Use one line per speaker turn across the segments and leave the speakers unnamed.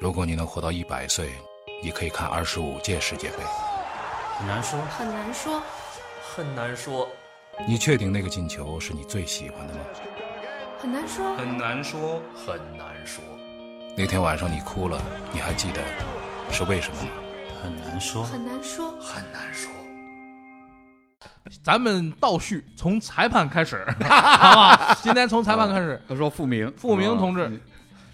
如果你能活到一百岁，你可以看二十五届世界杯。
很难说，
很难说。
很难说，
你确定那个进球是你最喜欢的吗？
很难说，
很难说，很难说，
那天晚上你哭了，你还记得是为什么吗？
很难说，
很难说。
很难说。
咱们倒叙，从裁判开 始，好不好？今天从裁判开始，
他说傅明，
傅明同志
嗯，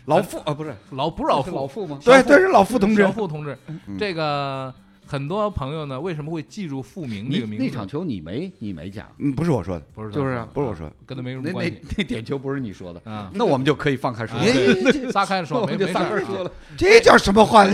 老傅啊，不是
老不是老
是
傅
老，傅吗？嗯
小
对
傅
对，是老傅同志
小。傅同志，这个很多朋友呢，为什么会记住傅明这
你
个名字？
那场球你没你没讲，
嗯，不是我说的，
不是他
就是啊
不是我说的，
跟他没什么
那
关
那
系
那点球不是你说的，
啊。
那我们就可以放开说
啊
了，
对撒开了
那
说，
我
没
们就
没事
三
儿
个
啊
人说了，哎
这叫什么话？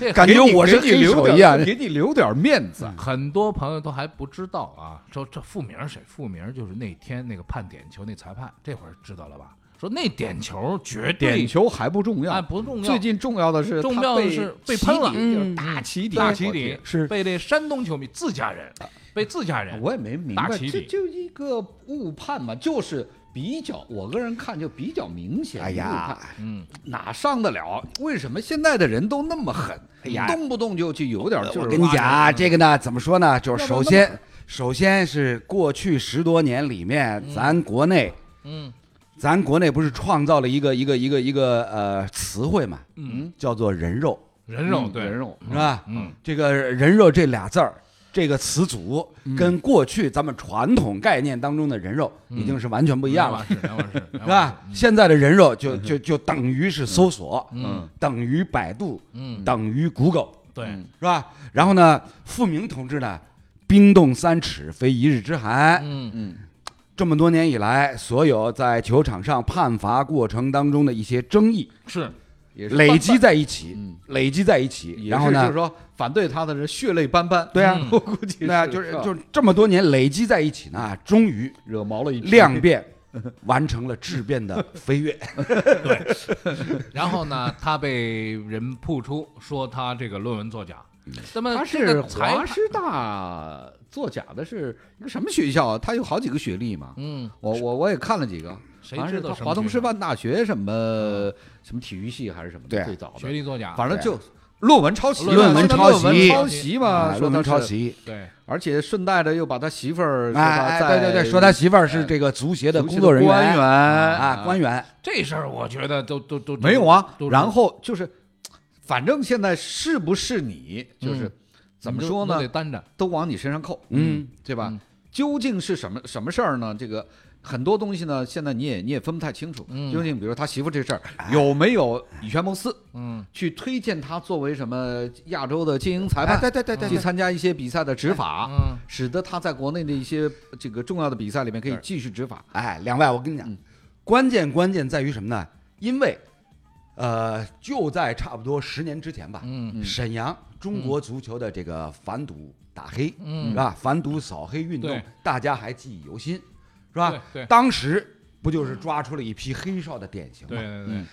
这
感觉我是
给你
黑
留
手
点
一样。嗯
给你留点面子。
很多朋友都还不知道啊，说这傅明是谁？傅明就是那天那个判点球那裁判，这会儿知道了吧？说那点球绝对
点球还不重
哎
要，
不重要，
最近重要的是
重要的是被
被
喷了
起底就是
嗯
大起底，
大
起
起底，
是
被这山东球迷自家人，被自家人
我也没明
大
白，
起
这
底
就一个误判嘛，就是比较，我个人看就比较明显。
哎呀，，
嗯，
哪上得了？为什么现在的人都那么狠？
哎呀
动不动就去有点劲儿。
我跟你讲啊，这个呢，怎么说呢？就是首先，首先是过去十多年里面，咱国内，
嗯，
咱国内不是创造了一个一个一个一个呃词汇嘛，
嗯，
叫做“人肉
人肉
嗯
对
人肉”，
是吧？
嗯，
这个“人肉”这俩字儿，这个词组
嗯
跟过去咱们传统概念当中的“人肉”
嗯
已经是完全不
不
一样了，
是两码事，是
是吧？现在的“人肉”就就就等于是搜索，
嗯
等于百度，
嗯，
等于 Google。
对，
嗯
是吧？然后呢，傅明同志呢，冰冻三尺非一日之寒。
嗯
嗯，
这么多年以来，所有在球场上判罚过程当中的一些争议，
是
也是
累积
斑
在一起，
嗯
累积在一
斑，
起。
也
然后
是就是
呢，
说反对他的人血泪斑斑。
对啊，
嗯
我估计
那就是
吧
就是这么多年累积在一起呢，终于
惹毛了一批
量 变完成了质变的飞跃。
然后呢，他被人曝出说他这个论文作假，那么
他
这
是
个裁
华
判，
师大作假的，是一个什么学校啊？他有好几个学历嘛。
嗯，
我我我也看了几个，
谁
好像
知
是
道
他
什么
华东
学校
师
嗯
范大学什么什么体育系还是什么的
对啊
最早
学
的，
历作假，
反正就论文抄袭嘛，
论文
说他
抄袭
论文抄袭嘛，
啊
说
论
他
文抄
是，
袭，
对，
而且顺带着又把他媳妇儿说
哎哎，
他
对对对，说他媳妇儿是这个足协的
足协
工作人员
官员
啊，官员。
这事儿我觉得都都都
没有啊
都。是
然后就是，反正现在是不是你就是
嗯
怎
你
么
就
说
都
呢
得？担着，
都往你身上扣，
嗯，
对吧
嗯？
究竟是什么什么事儿呢？这个很多东西呢，现在你也你也分不太清楚。
嗯
究竟比如他媳妇这事儿
哎
有没有以权谋私，
嗯
去推荐他作为什么亚洲的精英裁
哎，
判，
对对对对哎
去
对，
参加一些比赛的执法，
嗯，
使得他在国内的一些这个重要的比赛里面可以继续执法。
哎，两位，我跟你讲
嗯，
关键关键在于什么呢？因为，呃，就在差不多十年之前吧，
嗯
沈阳中国足球的这个反赌打黑，
嗯
是吧？反赌扫黑运动
对，
大家还记忆犹新，是
啊
吧？
对对
当时不就是抓出了一批黑哨的典型
对
吗？
对
嗯
对，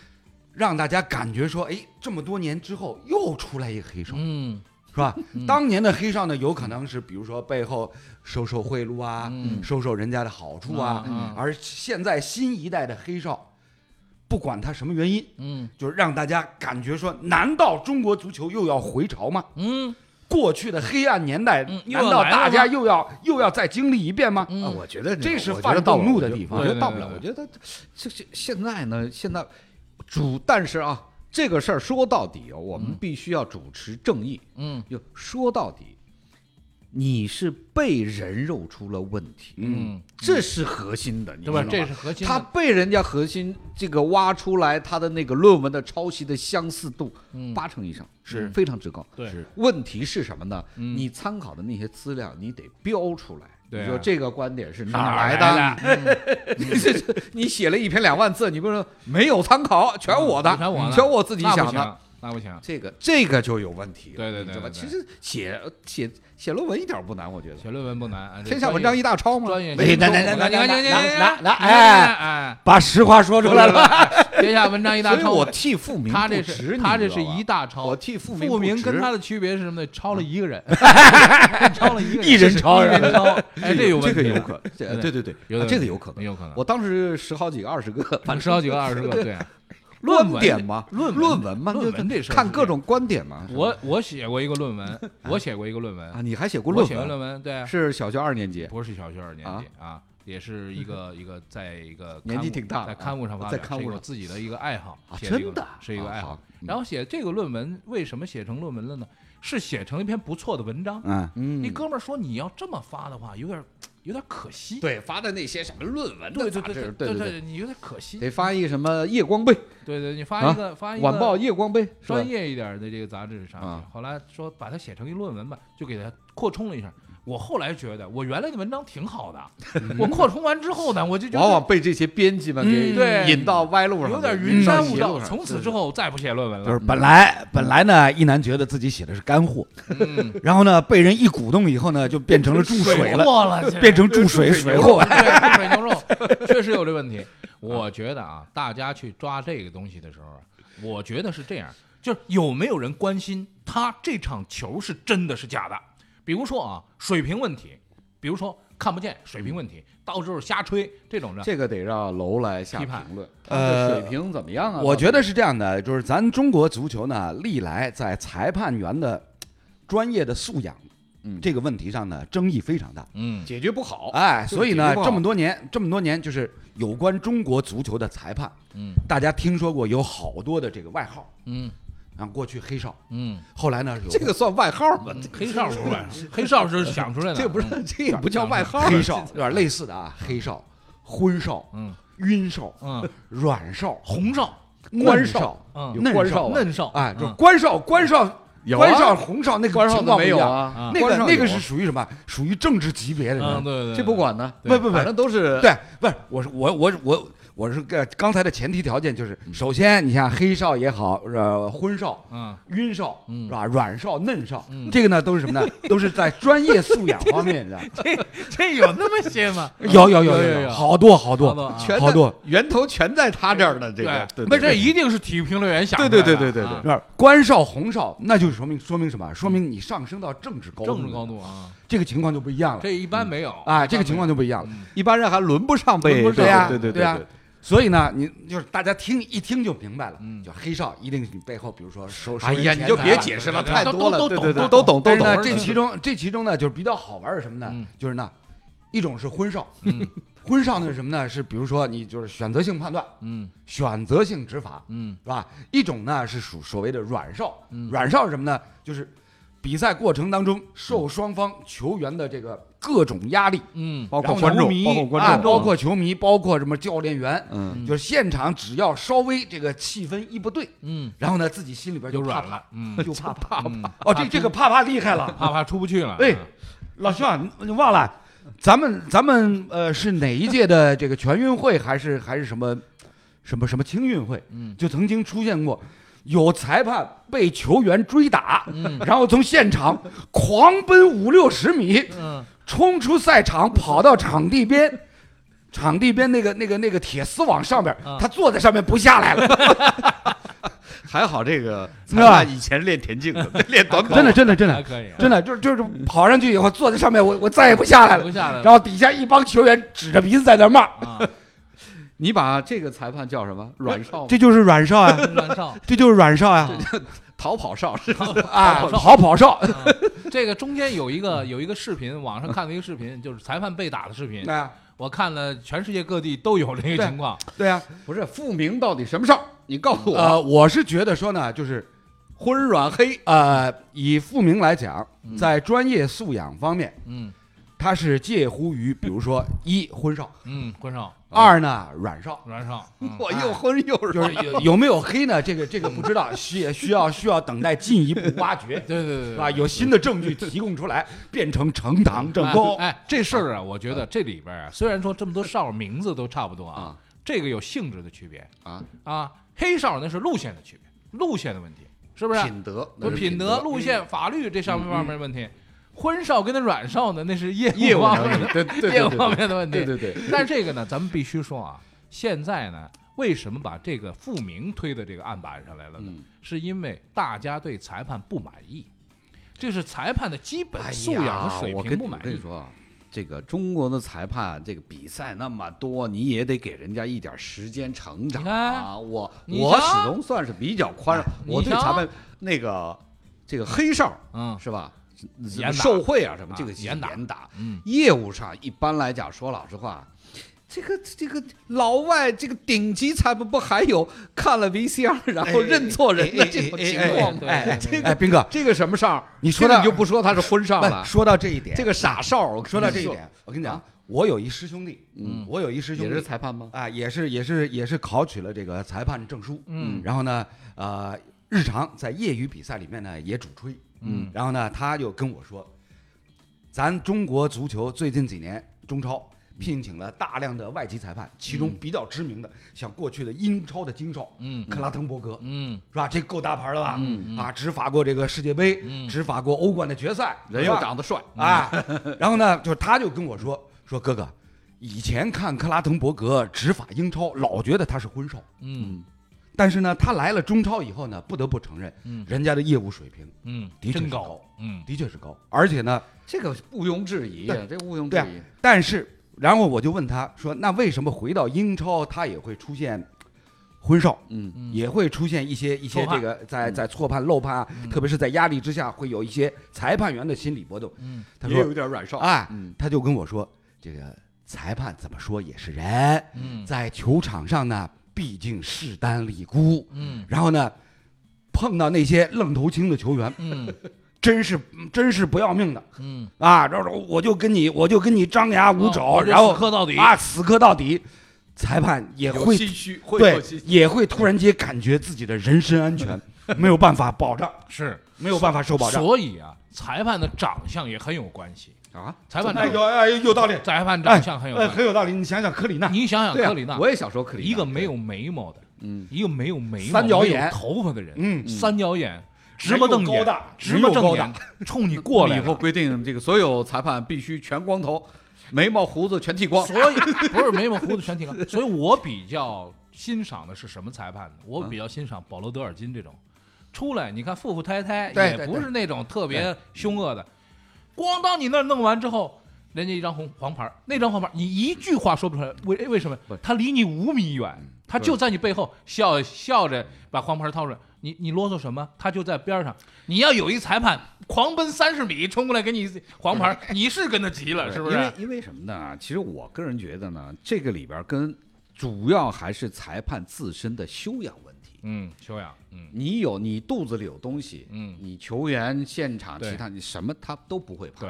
让大家感觉说，哎，这么多年之后又出来一个黑哨，
嗯
是吧？当年的黑哨呢，有可能是比如说背后收受贿赂啊，
嗯
收受人家的好处啊，
嗯嗯
而现在新一代的黑哨，不管他什么原因，
嗯
就是让大家感觉说，难道中国足球又要回潮吗？
嗯
过去的黑暗年代，
嗯又要
难道
来了吗
大家又要又要再经历一遍吗？
啊，
嗯，
我觉得
这是
我觉
犯
得到不
众怒
了
的地方嗯
我觉得
对
到
对
不了。我
对
觉得这这现在呢，现在主但是啊，这个事儿说到底哦，我
嗯
们必须要主持正义。
嗯
就说到底，你是被人肉出了问题，
嗯，
嗯，
这是核心的，你
对吧？
知道
这
吗
是核心的，
他被人家核心这个挖出来，他的那个论文的抄袭的相似度
嗯
八成以上，
是
非常之高。
对
是
问题是什么呢？
嗯
你参考的那些资料，你得标出来。
对啊
你说这个观点是
哪
哪
儿
来
嗯来
的？你这这 你写了一篇两万字，你不能说没有参考，全我的，
嗯全我的
全我自己
那
想
不
的。
行，那不行，
这个这个就有问题了，
对对对
你知道吧？
对
其实写写写论文一点儿不难，我觉得。
写论文不难，啊这
天下
专
文章
业
一大哎抄嘛。
专业
喂
性
来
重
来来来
你看
来
你看
来
你看
来
你
来
看
哎
哎，
把实话说出来了。
天下文章一大
所以
抄，
我替傅明
他
不
这
值
是
你
他这
知道
是
吧
一大抄，
我替傅明
傅
不
明跟
值嗯
他的区别是什么呢？抄了一个 人，抄了一个人，
一人抄
一
人
人抄，哎，这有问
这个
题
有
了
可能，
对
呃
对对对
有，
这个有可能。
有可能，
我当时十好几个、二十个，
十好几个二十个，对， 啊论
观
文
点嘛，
论文
论文嘛，
论文
就
这事儿
看
是
各种观点嘛。是吧
我我写过一个论文，我写过一个论文，
啊，你还写过
我
论
写过
文？
论文，对啊，
是小学二年级，
不是小学二年级啊，也是一 个一个在一个
年
刊物
纪挺大
在
啊
刊物上发
在
表
刊
是一
物
个
上
自己的一个爱好
啊
写了一
真
个
的
是一个
啊
爱好
好。嗯
然后写这个论文为什么写成论文了呢？是写成一篇不错的文章。
嗯，
嗯
那哥们儿说你要这么发的话，有点有点可惜。
对发的那些什么论文
对
的
对
杂
对
志，
对
对哎
对，你有点可惜。
得发一什么夜光杯、
对对，你发一个发一个
啊晚报夜光杯，是吧
专业一点的这个杂志上
啊
去，后来说把它写成一论文吧，就给它扩充了一下。我后来觉得，我原来的文章挺好的，我扩充完之后呢，我就觉得
嗯往往被这些编辑们给
嗯对
引到歪路上去，
有点
引
云
到
山雾
邪
罩。
路上
从此
对
之后再不写论文
就是
了。
本来本来呢，一楠觉得自己写的是干货，
嗯，
然后呢，被人一鼓动以后呢，就变成了注 水了，
货了，
变成注水水货。
哦 对，水牛肉确实有这问题。我觉得啊，大家去抓这个东西的时候啊，我觉得是这样，就是有没有人关心他这场球是真的是假的？比如说啊，水平问题，比如说看不见水平问题，到时候瞎吹这种的，
这个得让楼来下
批判
评论，
呃
他的水平怎么样啊？
我觉得
是
是这样的，就是咱中国足球呢，历来在裁判员的专业的素养
嗯
这个问题上呢，争议非常大。
嗯
解决不好，
哎，
就是
所以呢
体育，化
这么多年，这么多年，就是有关中国足球的裁判，
嗯
大家听说过有好多的这个外号，
嗯
啊，过去黑哨，
嗯，
后来呢有
这个算外号吗？
嗯黑 哨不是，黑哨是想出来的，
这不是
嗯
这也不叫外号啊，
黑哨，有点类似的啊，黑哨、昏哨、
嗯
晕哨、
嗯，
软哨、
红哨，
官
官
哨
哨、
嗯
有
嫩
官
哨
哨啊
嫩哨
哎，就是
嗯
官哨、官哨、
有啊
官哨、红哨，那个
官哨
情况
的
不一
没有
样。
啊，
那
官
个
哨
那个
有
是属于什么？属于政治级别的
嗯
人，
对对，
这不管呢，
对
不不不
反正都是
对，不是，我是我我我我是个刚才的前提条件就是，
嗯
首先你像黑哨也好，呃，昏哨、
嗯
晕哨
嗯
是吧？软哨、嫩哨
嗯，
这个呢都是什 么呢？都是在专业素养方面的。
这有那么些吗？
有有有
有有
有，
有
好多好
好多
多
啊
全在
好多。
源头全在他这儿呢，这个对
不
对
是这
对
一定是体育评论员想出来
对
的
对
啊。
对对对
是吧？官哨、红哨，那就说明说明什么？说明你上升到政治高度，
政治高，度啊，
这个情况就不一样了
这一般没有
啊，这个情况
就
就不一样了。
一般人还轮不上被
轮不上呀
对啊对
对呀所以呢，你就是大家听一听就明白了，
嗯
就黑哨一定是你背后，比如说收收
哎
人
呀，
钱
你就
财
别
啊
解释
对
了，
对
太
都
多
都
了，
都
对
懂
对对，
都
都懂
但
都
是
懂。
呢，这其中这其中呢，就是比较好玩是什么呢
嗯？
就是呢，一种是婚哨，
嗯
婚哨呢是什么呢？是比如说你就是选择性判断、
嗯
选择性执法，
嗯
是吧？一种呢是属所谓的软哨，
嗯
软哨是什么呢？就是比赛过程当中受双方球员的这个各种压力，
嗯
包括
然后呢
观众
球迷
包括观众
啊，包括球迷，包括什么教练员，
嗯，
嗯
就是现场只要稍微这个气氛一不对，
嗯，
然后呢自己心里边
就
就怕
软
怕
了，，嗯
就怕怕。
嗯
哦，这这个怕怕厉害了，
怕怕出不去了。
哎，老徐啊，你你忘了，咱们咱们呃是哪一届的这个全运会还是还是什么什么什么青运会？
嗯
就曾经出现过有裁判被球员追打，
嗯
然后从现场狂奔五六十米，
嗯
冲出赛场，跑到场地边。场地边那个、那个、那个铁丝网上边
嗯，哦
他坐在上面不下来了，
还好这个
是
咱
吧
以前练田径的，练短跑
真的，真的，真
还
的，
可以啊，
真的，就是就是跑上去以后坐在上面，我我再也不下来了
留。下来了
然后底下一帮球员指着鼻子在那骂，
啊，
你把这个裁判叫什么？软哨吗、
呃这就是软哨啊，
乱上。
这就是软哨啊，
逃跑哨是吧？
啊，好跑哨，
啊这个中间有一
嗯
个有一个视频，网上看了一个视 频，就是裁判被打的视频。
啊，
我看了，全世界各地都有这个情况。
对啊，
不是复明到底什么哨？你告诉我。
呃，我是觉得说呢，就是
昏软黑，
呃，以傅明来讲，
嗯
在专业素养方面，
嗯
他是介乎于，比如 说一婚
啊
哨，
嗯，关上
二呢软哨，
乱上。嗯
我又昏又
就
软。
是有有没有黑呢？这个这个不 知道，需需要需要等待进一步挖掘，
对对对对哎
是吧？有新的证据提供出来，变成嗯呈堂证供。
哎，哎这事儿啊，我觉得这里边啊，虽然说这么多哨儿名字都差不多啊
啊，
嗯
这个有性质的区别
啊
啊，黑哨儿那是路线的区别，路线的问题，是不是？
品德，
不
那是
品
德
德、
嗯
路线、法律这上面方面的问题，婚哨跟那软哨呢，那是业
业务
方
上
面
面，对对对
业务
对
方面的问题。
对对对，
但是这个呢，咱们必须说啊，现在呢，为什么把这个傅明推到这个案板上来了呢？
嗯
是因为大家对裁判不满意，这是裁判的基本
哎呀
素养和水
我
平
跟
不满
我跟
意
你。说啊，这个中国的裁判，这个比赛那么多，你也得给人家一点时间成长
你
啊。
看
我
你
我
瞧
始终算是比较宽容，
你
我对
瞧
裁判那个这个黑哨
嗯
是吧？
严打
受贿啊什么
啊
这个是
严打
严打
嗯，
业务上一般来讲，说老实话，这个这个老外这个顶级裁判不还有看了 VCR 然后认错人的这种情况吗？
哎哎哎哎哎
这
哎，
个
斌哥，
这个什么哨？
你说
这
到
个你就不说他是婚哨
不
了，
说到这一点，
这个傻哨。我跟你
说到这一点，我跟你讲
啊，
我有一师兄弟，
嗯
我有一师兄
也
弟
是裁判吗？
啊，也是也是也是考取了这个裁判证书，
嗯
然后呢，呃，日常在业余比赛里面呢也主吹，
嗯，
然后呢，他就跟我说，咱中国足球最近几年中超
嗯
聘请了大量的外籍裁判，其中比较知名的，像过去的英超的金哨，
嗯
克拉滕伯格，
嗯
是吧？这够大牌了吧？
嗯
啊，执法过这个世界杯，
嗯
执法过欧冠的决赛，
人
是
又
吧
长得帅，
啊，然后呢，就是他就跟我说说哥哥，以前看克拉滕伯格执法英超，老觉得他是婚哨，
嗯
但是呢，他来了中超以后呢，不得不承认，
嗯
人家的业务水平
嗯，
的确
真
是
高，嗯
的确是高，而且呢，
这个毋庸置疑，
对
这毋庸置
对啊
疑。
但是然后我就问他说，那为什么回到英超他也会出现婚哨？
嗯，
嗯
也会出现一些一
错
些
判嗯
这个在在错判漏判啊，特别是在压力之下，会有一些裁判员的心理搏斗。
嗯
他
啊也
说
有点软哨。
哎
嗯，
他就跟我说，这个裁判怎么说也是人，
嗯
在球场上呢，毕竟势单力孤，
嗯
然后呢，碰到那些愣头青的球员，
嗯
真是真是不要命的
嗯，
啊！然后我就跟你，我就跟你张牙舞爪，
哦
然后
磕到底
啊，死磕到底，裁判也
有
会
心虚，会
对
有心，虚
也会突然间感觉自己的人身安全 没有办法保障，
是，
没有办法受保障。
所以啊，裁判的长相也很有关系，
啊，
裁判
哎，
长
有哎有道理，
裁判
哎
长相很有
哎
关系。
很有道理。你想想科里纳，
你想想
对啊
克里纳，
我也想说克里纳，
一个没有眉毛的，
嗯，
一个没有眉毛、
三角眼
没有头发的人，
嗯
三角眼，直巴瞪
人又
眼
高大，
直巴瞪
人又高大
眼，冲你过 来
以后
了。
规定这个所有裁判必须全光头，眉毛胡子全剃光。
所以 不是眉毛胡子全剃了，所以我比较欣赏的是什么裁判呢？我比较欣赏保罗·德尔金这种，出来你看富富态态，
对
也
对
不是那种特别凶恶的，咣当你那儿弄完之后。人家一张红黄牌，那张黄牌你一句话说不出来，为为什么
不是？嗯
他离你五米远，他就在你背后笑笑着把黄牌掏出来，你你啰嗦什么？他就在边上。你要有一裁判狂奔三十米冲过来给你黄 牌，你是跟他急了，是不是？
因为因为什么呢？其实我个人觉得呢，这个里边跟主要还是裁判自身的修养问题。
嗯，修养，嗯
你有你肚子里有东西，
嗯
你球员现场
对
其他你什么他都不会怕，
对，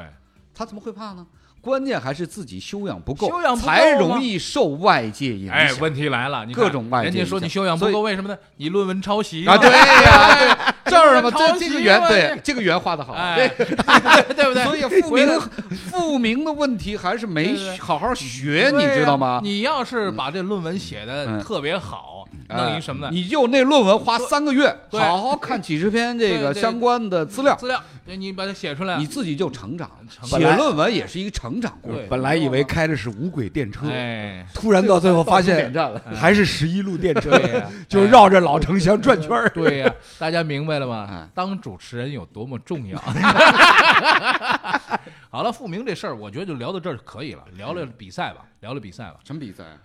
他怎么会怕呢？关键还是自己修养不够，啊
修养不够
才
吗
容易受外界影响。
哎，问题来了，你看
各种外界
人家说你
影响
修养不
所以
够，为什么呢？你论文抄袭
啊，对呀、对，这儿嘛，
抄
这
袭
这个圆
嘛
对，这个圆画的好，啊
哎，
对
对不对？
所以复
回来
明复明的问题还是没
对对对
好好学，
对
你
呀
知道吗？
你要是把这论文写的
嗯
特别好，
哎
弄一什么的
你就那论文花三个月，
对
好好看几十篇这
对
个
对
相关的资料，
资料，对你把它写出来
你，自己就成长了。
成
写
长
论文也是一个成长过程。
对
本来以为开的是无轨电 车，
哎，
突然到最后发现
点赞了，
还是十一路电车，
对呀
就绕着老城厢转圈儿。
对呀，大家明白了吗
哎？
当主持人有多么重 要。好了，复明这事儿，我觉得就聊到这儿就可以了，聊聊比赛吧，聊聊比赛吧。
什么比赛啊？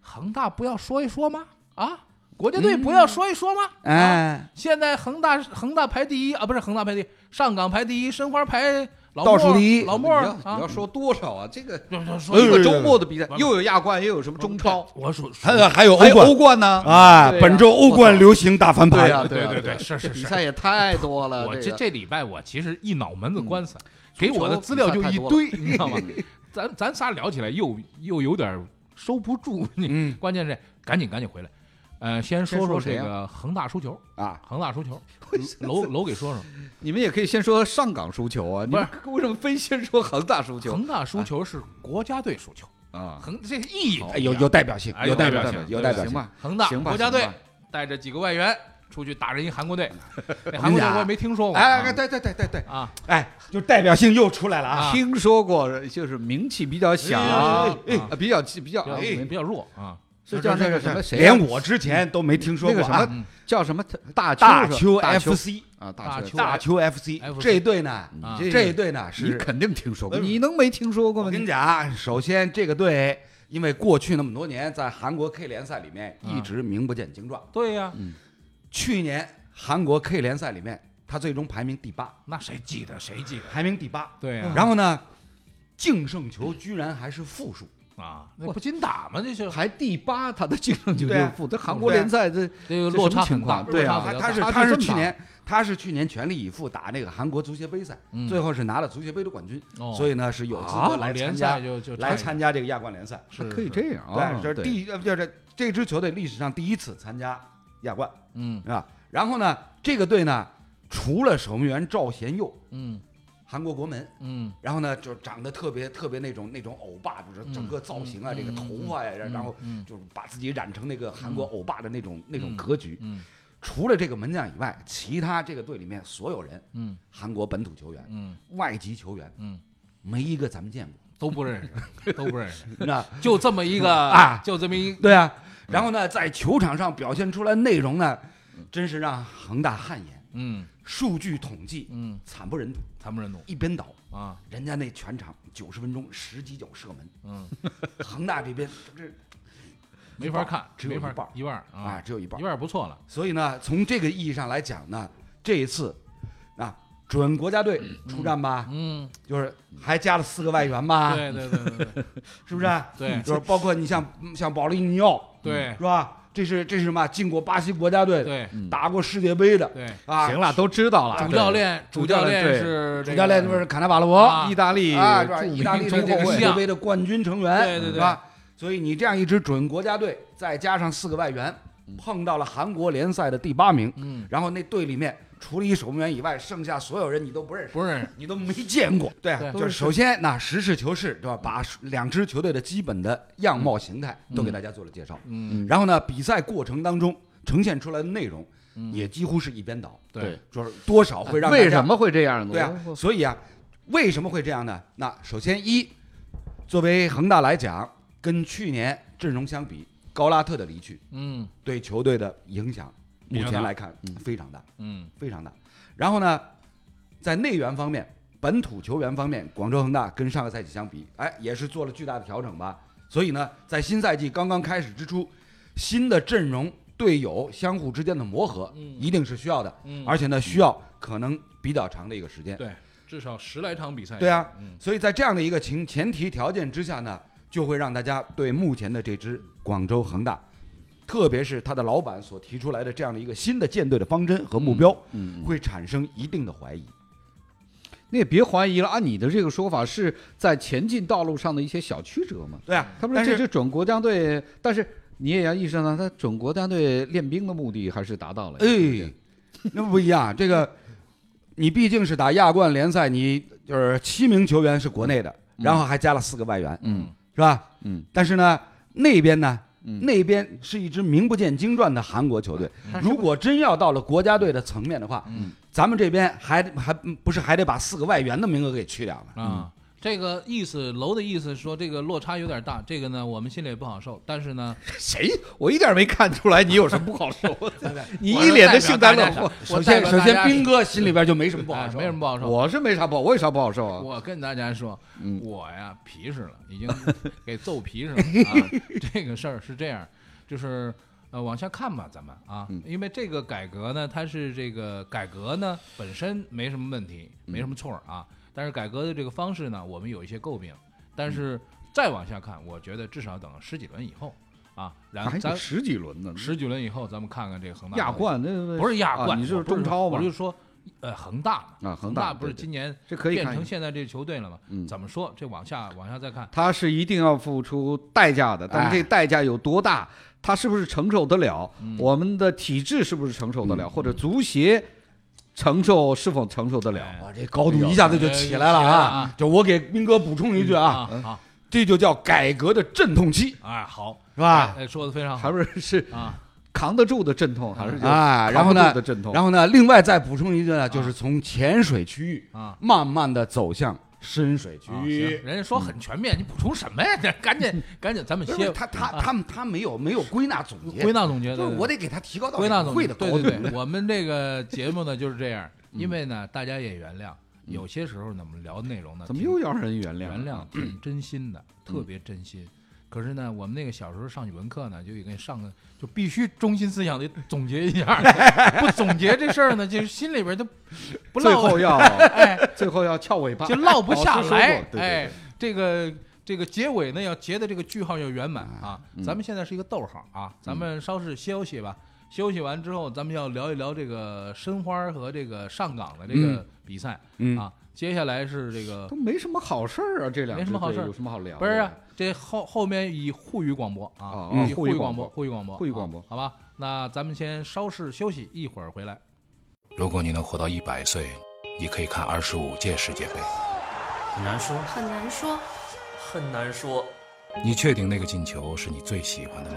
恒大不要说一说吗？啊，国家队不要说一说吗？啊，
嗯哎，
现在恒大恒大排第一啊，不是恒大排第一，上港排第一，申花排老
倒
莫
数第一
老
你
莫
要
啊
你，要说多少啊？这个
就就说
一
一
个
个
周末的比赛
哎，
又有亚冠，又有什么中超，
我说
还有呃还有
还
欧
有
冠
欧冠呢？
啊，
对呀
本周欧冠流行大翻
对
盘
呀，
对
呀
对
对呀
对，是
这
是
比
是。
赛也太多了。
我
呃这
这
个嗯
这礼拜我其实一脑门子官司，给
足球
我的资料就
比赛太
一
多嗯
堆，你知道吗？咱咱仨聊起来又又有点收不住，你
嗯
关键是赶紧赶紧回来。呃，先说
先说
这
谁啊
个恒大输球，
啊，
恒大输 球，楼楼给说说。
你们也可以先说上港输球啊，你们为什么非先说恒大输球
恒大输球是国家队输球，
啊？
恒这意义不
哎，
一
有
样
有代表性
哎，
有代
有
表
代
性
表，性
有代表
行
性。
吧，
恒大
行吧
国家
行
队
吧
带着几个外援出去打人一韩国 队，那韩国队我也没听说过
哎，哎对对对对对，
哦啊，
哎，就代表性又出来了啊！
听说过，就是名气比较小，
哎哎
啊比较比较
比较
哎
比较弱啊，
是叫那个什么谁啊
连我之前都没听说
那
过
个什
啊
么叫什么大
大
邱是吧
邱
大
FC
啊，
大
邱
邱
大邱 FC
FC
这一队呢，
你
啊
这
这一队呢
你
是，
肯定听说过，你能没听说过
我
吗？
跟你讲，啊首先这个队因为过去那么多年在韩国 K 联赛里面
啊
一直名不见经传，
对呀，
嗯去年韩国 K 联赛里面他最终排名第八，
那谁记得谁记得？
排名第八，
对啊呀，
然后呢，净胜球居然还是负数，
啊，那不禁打吗？这是
排第八，他的净胜球
对啊
就负，这韩国联赛这
这个
这
落
什么
差
情
很大，
况
落
对
差
啊，
比较
他他
大
是
大
他
这
是
么
去
大
年他是去年全力以赴打那个韩国足协杯赛，
嗯
最后是拿了足协杯的冠军，
哦
所以呢是有资
啊
格来参
联
加、
赛就就
来参加这个亚冠联赛。
是
可以
是
这样啊，
对，这是
对
第呃就是这支球队历史上第一次参加亚冠
嗯
啊。然后呢，这个队呢除了守门员赵贤佑，
嗯
韩国国门。
嗯
然后呢，就长得特别特别那种那种欧巴，就是整个造型啊，
嗯
这个头发呀、
嗯
然后
嗯
就是把自己染成那个韩国欧巴的那种、那种
嗯
格局。
嗯
除了这个门将以外，其他这个队里面所有人，
嗯
韩国本土球员、
嗯
外籍球员，
嗯，
没一个咱们 见过。
都不认 识，都不认识，
那
就这么一个
啊
就这么一
对啊，然后呢，在球场上表现出来内容呢，真是让恒大汗颜。
嗯
数据统计
嗯，
惨不忍睹，
惨不忍睹
一边倒，
啊，
人家那全场九十分钟十几脚射门，
嗯，
恒大这边这
没法看，
只有
没
一
法
半儿
一半儿
啊
啊，
只有一半
一。半儿不错了，
所以呢，从这个意义上来讲呢，这一次啊，准国家队出战吧，
嗯，
就是还加了四个外援吧，
对对对对对
是不是？
对
就是包括你像像保利尼奥，
对
是吧？这是这是什么？进过巴西国家队的，
对
打过世界杯的，
对，
啊，
行了，都知道了。
主教练主教练
对
是这
主
个
教练就是卡纳瓦罗
啊
意大利
啊，是吧？
著
意
名
大利的
中后
这个世
卫
界杯的冠军成员，
对对对
是吧？所以你这样一支准国家队，再加上四个外援，碰到了韩国联赛的第八名，
嗯，
然后那队里面除了一守门员以外，剩下所有人你都不认识。
不认识，
你都没见过，对
对
就是首先那实事求是，对吧？把两支球队的基本的样貌形态都给大家做了介绍，
嗯
然后呢，比赛过程当中呈现出来的内容也几乎是一边倒，
对，
就是多少会让大家
为什么会这样呢？
对啊，所以啊，为什么会这样呢？那首先一，作为恒大来讲，跟去年阵容相比，高拉特的离去
嗯
对球队的影响，目前来看非常大，
嗯
非常大。然后呢，在内援方面，本土球员方面，广州恒大跟上个赛季相比，哎，也是做了巨大的调整吧。所以呢，在新赛季刚刚开始之初，新的阵容、队友相互之间的磨合，一定是需要的，
嗯，
而且呢，需要可能比较长的一个时间。
对，至少十来场比赛，
对啊
嗯
所以在这样的一个情前提条件之下呢，就会让大家对目前的这支广州恒大，特别是他的老板所提出来的这样的一个新的建队的方针和目标，
嗯，
会产生一定的怀疑。
那也别怀疑了，按你的这个说法，是在前进道路上的一些小曲折嘛？
对啊，
他们说
但
这
是
支准国家队，但是你也要意识到，他准国家队练兵的目的还是达到了。
哎， 那不一样，这个你毕竟是打亚冠联赛，你就是七名球员是国内的，
嗯
然后还加了四个外援，
嗯
是吧？
嗯，
但是呢，那边呢？
嗯
那边是一支名不见经传的韩国球队，
但是
如果真要到了国家队的层面的话，
嗯
咱们这边还还不是还得把四个外援的名额给去掉吗？
啊。这个意思，楼的意思说这个落差有点大，这个呢我们心里也不好受，但是呢，
谁？我一点没看出来你有什么不好受 的，你一脸的幸灾乐祸。
我
首
代
先，
表
首
大家
先，斌哥心里边就没什么不
哎
好受，
没什么不好受。
我是没啥不好，我有啥不好受啊？
我跟大家说，
嗯
我呀皮实了， 已经给揍皮实了。啊、这个事儿是这样，就是呃往下看吧，咱们啊，
嗯
因为这个改革呢，它是这个改革呢本身没什么问题，
嗯
没什么错儿啊，但是改革的这个方式呢，我们有一些诟病，但
嗯
是再往下看，我觉得至少等十几轮以后啊，然后
还有
咱
十几轮呢，
十几轮以后，咱们看看这个恒大
亚
到底
冠那
不是亚
啊
冠，
你
我
是
不
中超
我
嘛
就？说呃恒大嘛。
啊，
恒
恒大
不是
对对
今年
这可以
变
看一
成
下
现在这球队了嘛？
嗯
怎么说？这往下往下再看，
他是一定要付出代价的，但是这代价有多大，他是不是承受得了？我们的体制是不是承受得了，或者足协承受是否承受得了？
哎
哇，这高度一下子就起来了
哎
啊！就我给斌哥补充一句
啊
嗯
啊，
好，
这就叫改革的阵痛期，
哎好，
是吧？
哎说的非常
啊还
好
不是是
啊，
扛得住的阵痛，还是就
啊，然
扛
后
不
呢
住的阵痛？
然后呢，另外再补充一句呢，就是从浅水区域
啊
慢慢的走向深水区
啊行，人家
嗯
说很全面，你补充什么呀？这赶 紧赶紧，咱们
不是不
歇
是他他他们他没有没有归纳总结，
归纳总结，
就是
对
我得给他提高到
归纳
委
总
会
结，
的高
对
度。
对对，我们这个节目呢就是这样，
嗯
因为呢大家也原谅，有些时候呢我们聊内容呢
怎么
挺
又要让人原谅？嗯
原谅， 挺真心的，特别真心。可是呢，我们那个小时候上语文课呢，就得给你上个，就必须中心思想得总结一下，不总结这事儿 呢，就是心里边就不
最
落
后要
哎，
最后要翘尾巴，
就落不下
老师说过
来。
对对
哎，这个这个结尾呢，要结的这个句号要圆满啊。
嗯
咱们现在是一个逗号啊，咱们稍事休息吧。休息完之后，咱们要聊一聊这个申花儿和这个上港的这个比赛、
嗯，
啊。接下来是这个
都没什么好事儿啊，这两
没什么
支队
好事儿
有什么好聊的？
不是啊，这后后面以沪语广播
哦
啊，
哦
以
沪
沪
语
语
广
广
播
播，沪语广播，
沪语广播
啊好吧？那咱们先稍事休息，一会儿回来。
如果你能活到一百岁，你可以看二十五届世界杯。
很难说，
很难说，
很难说，
你确定那个进球是你最喜欢的吗？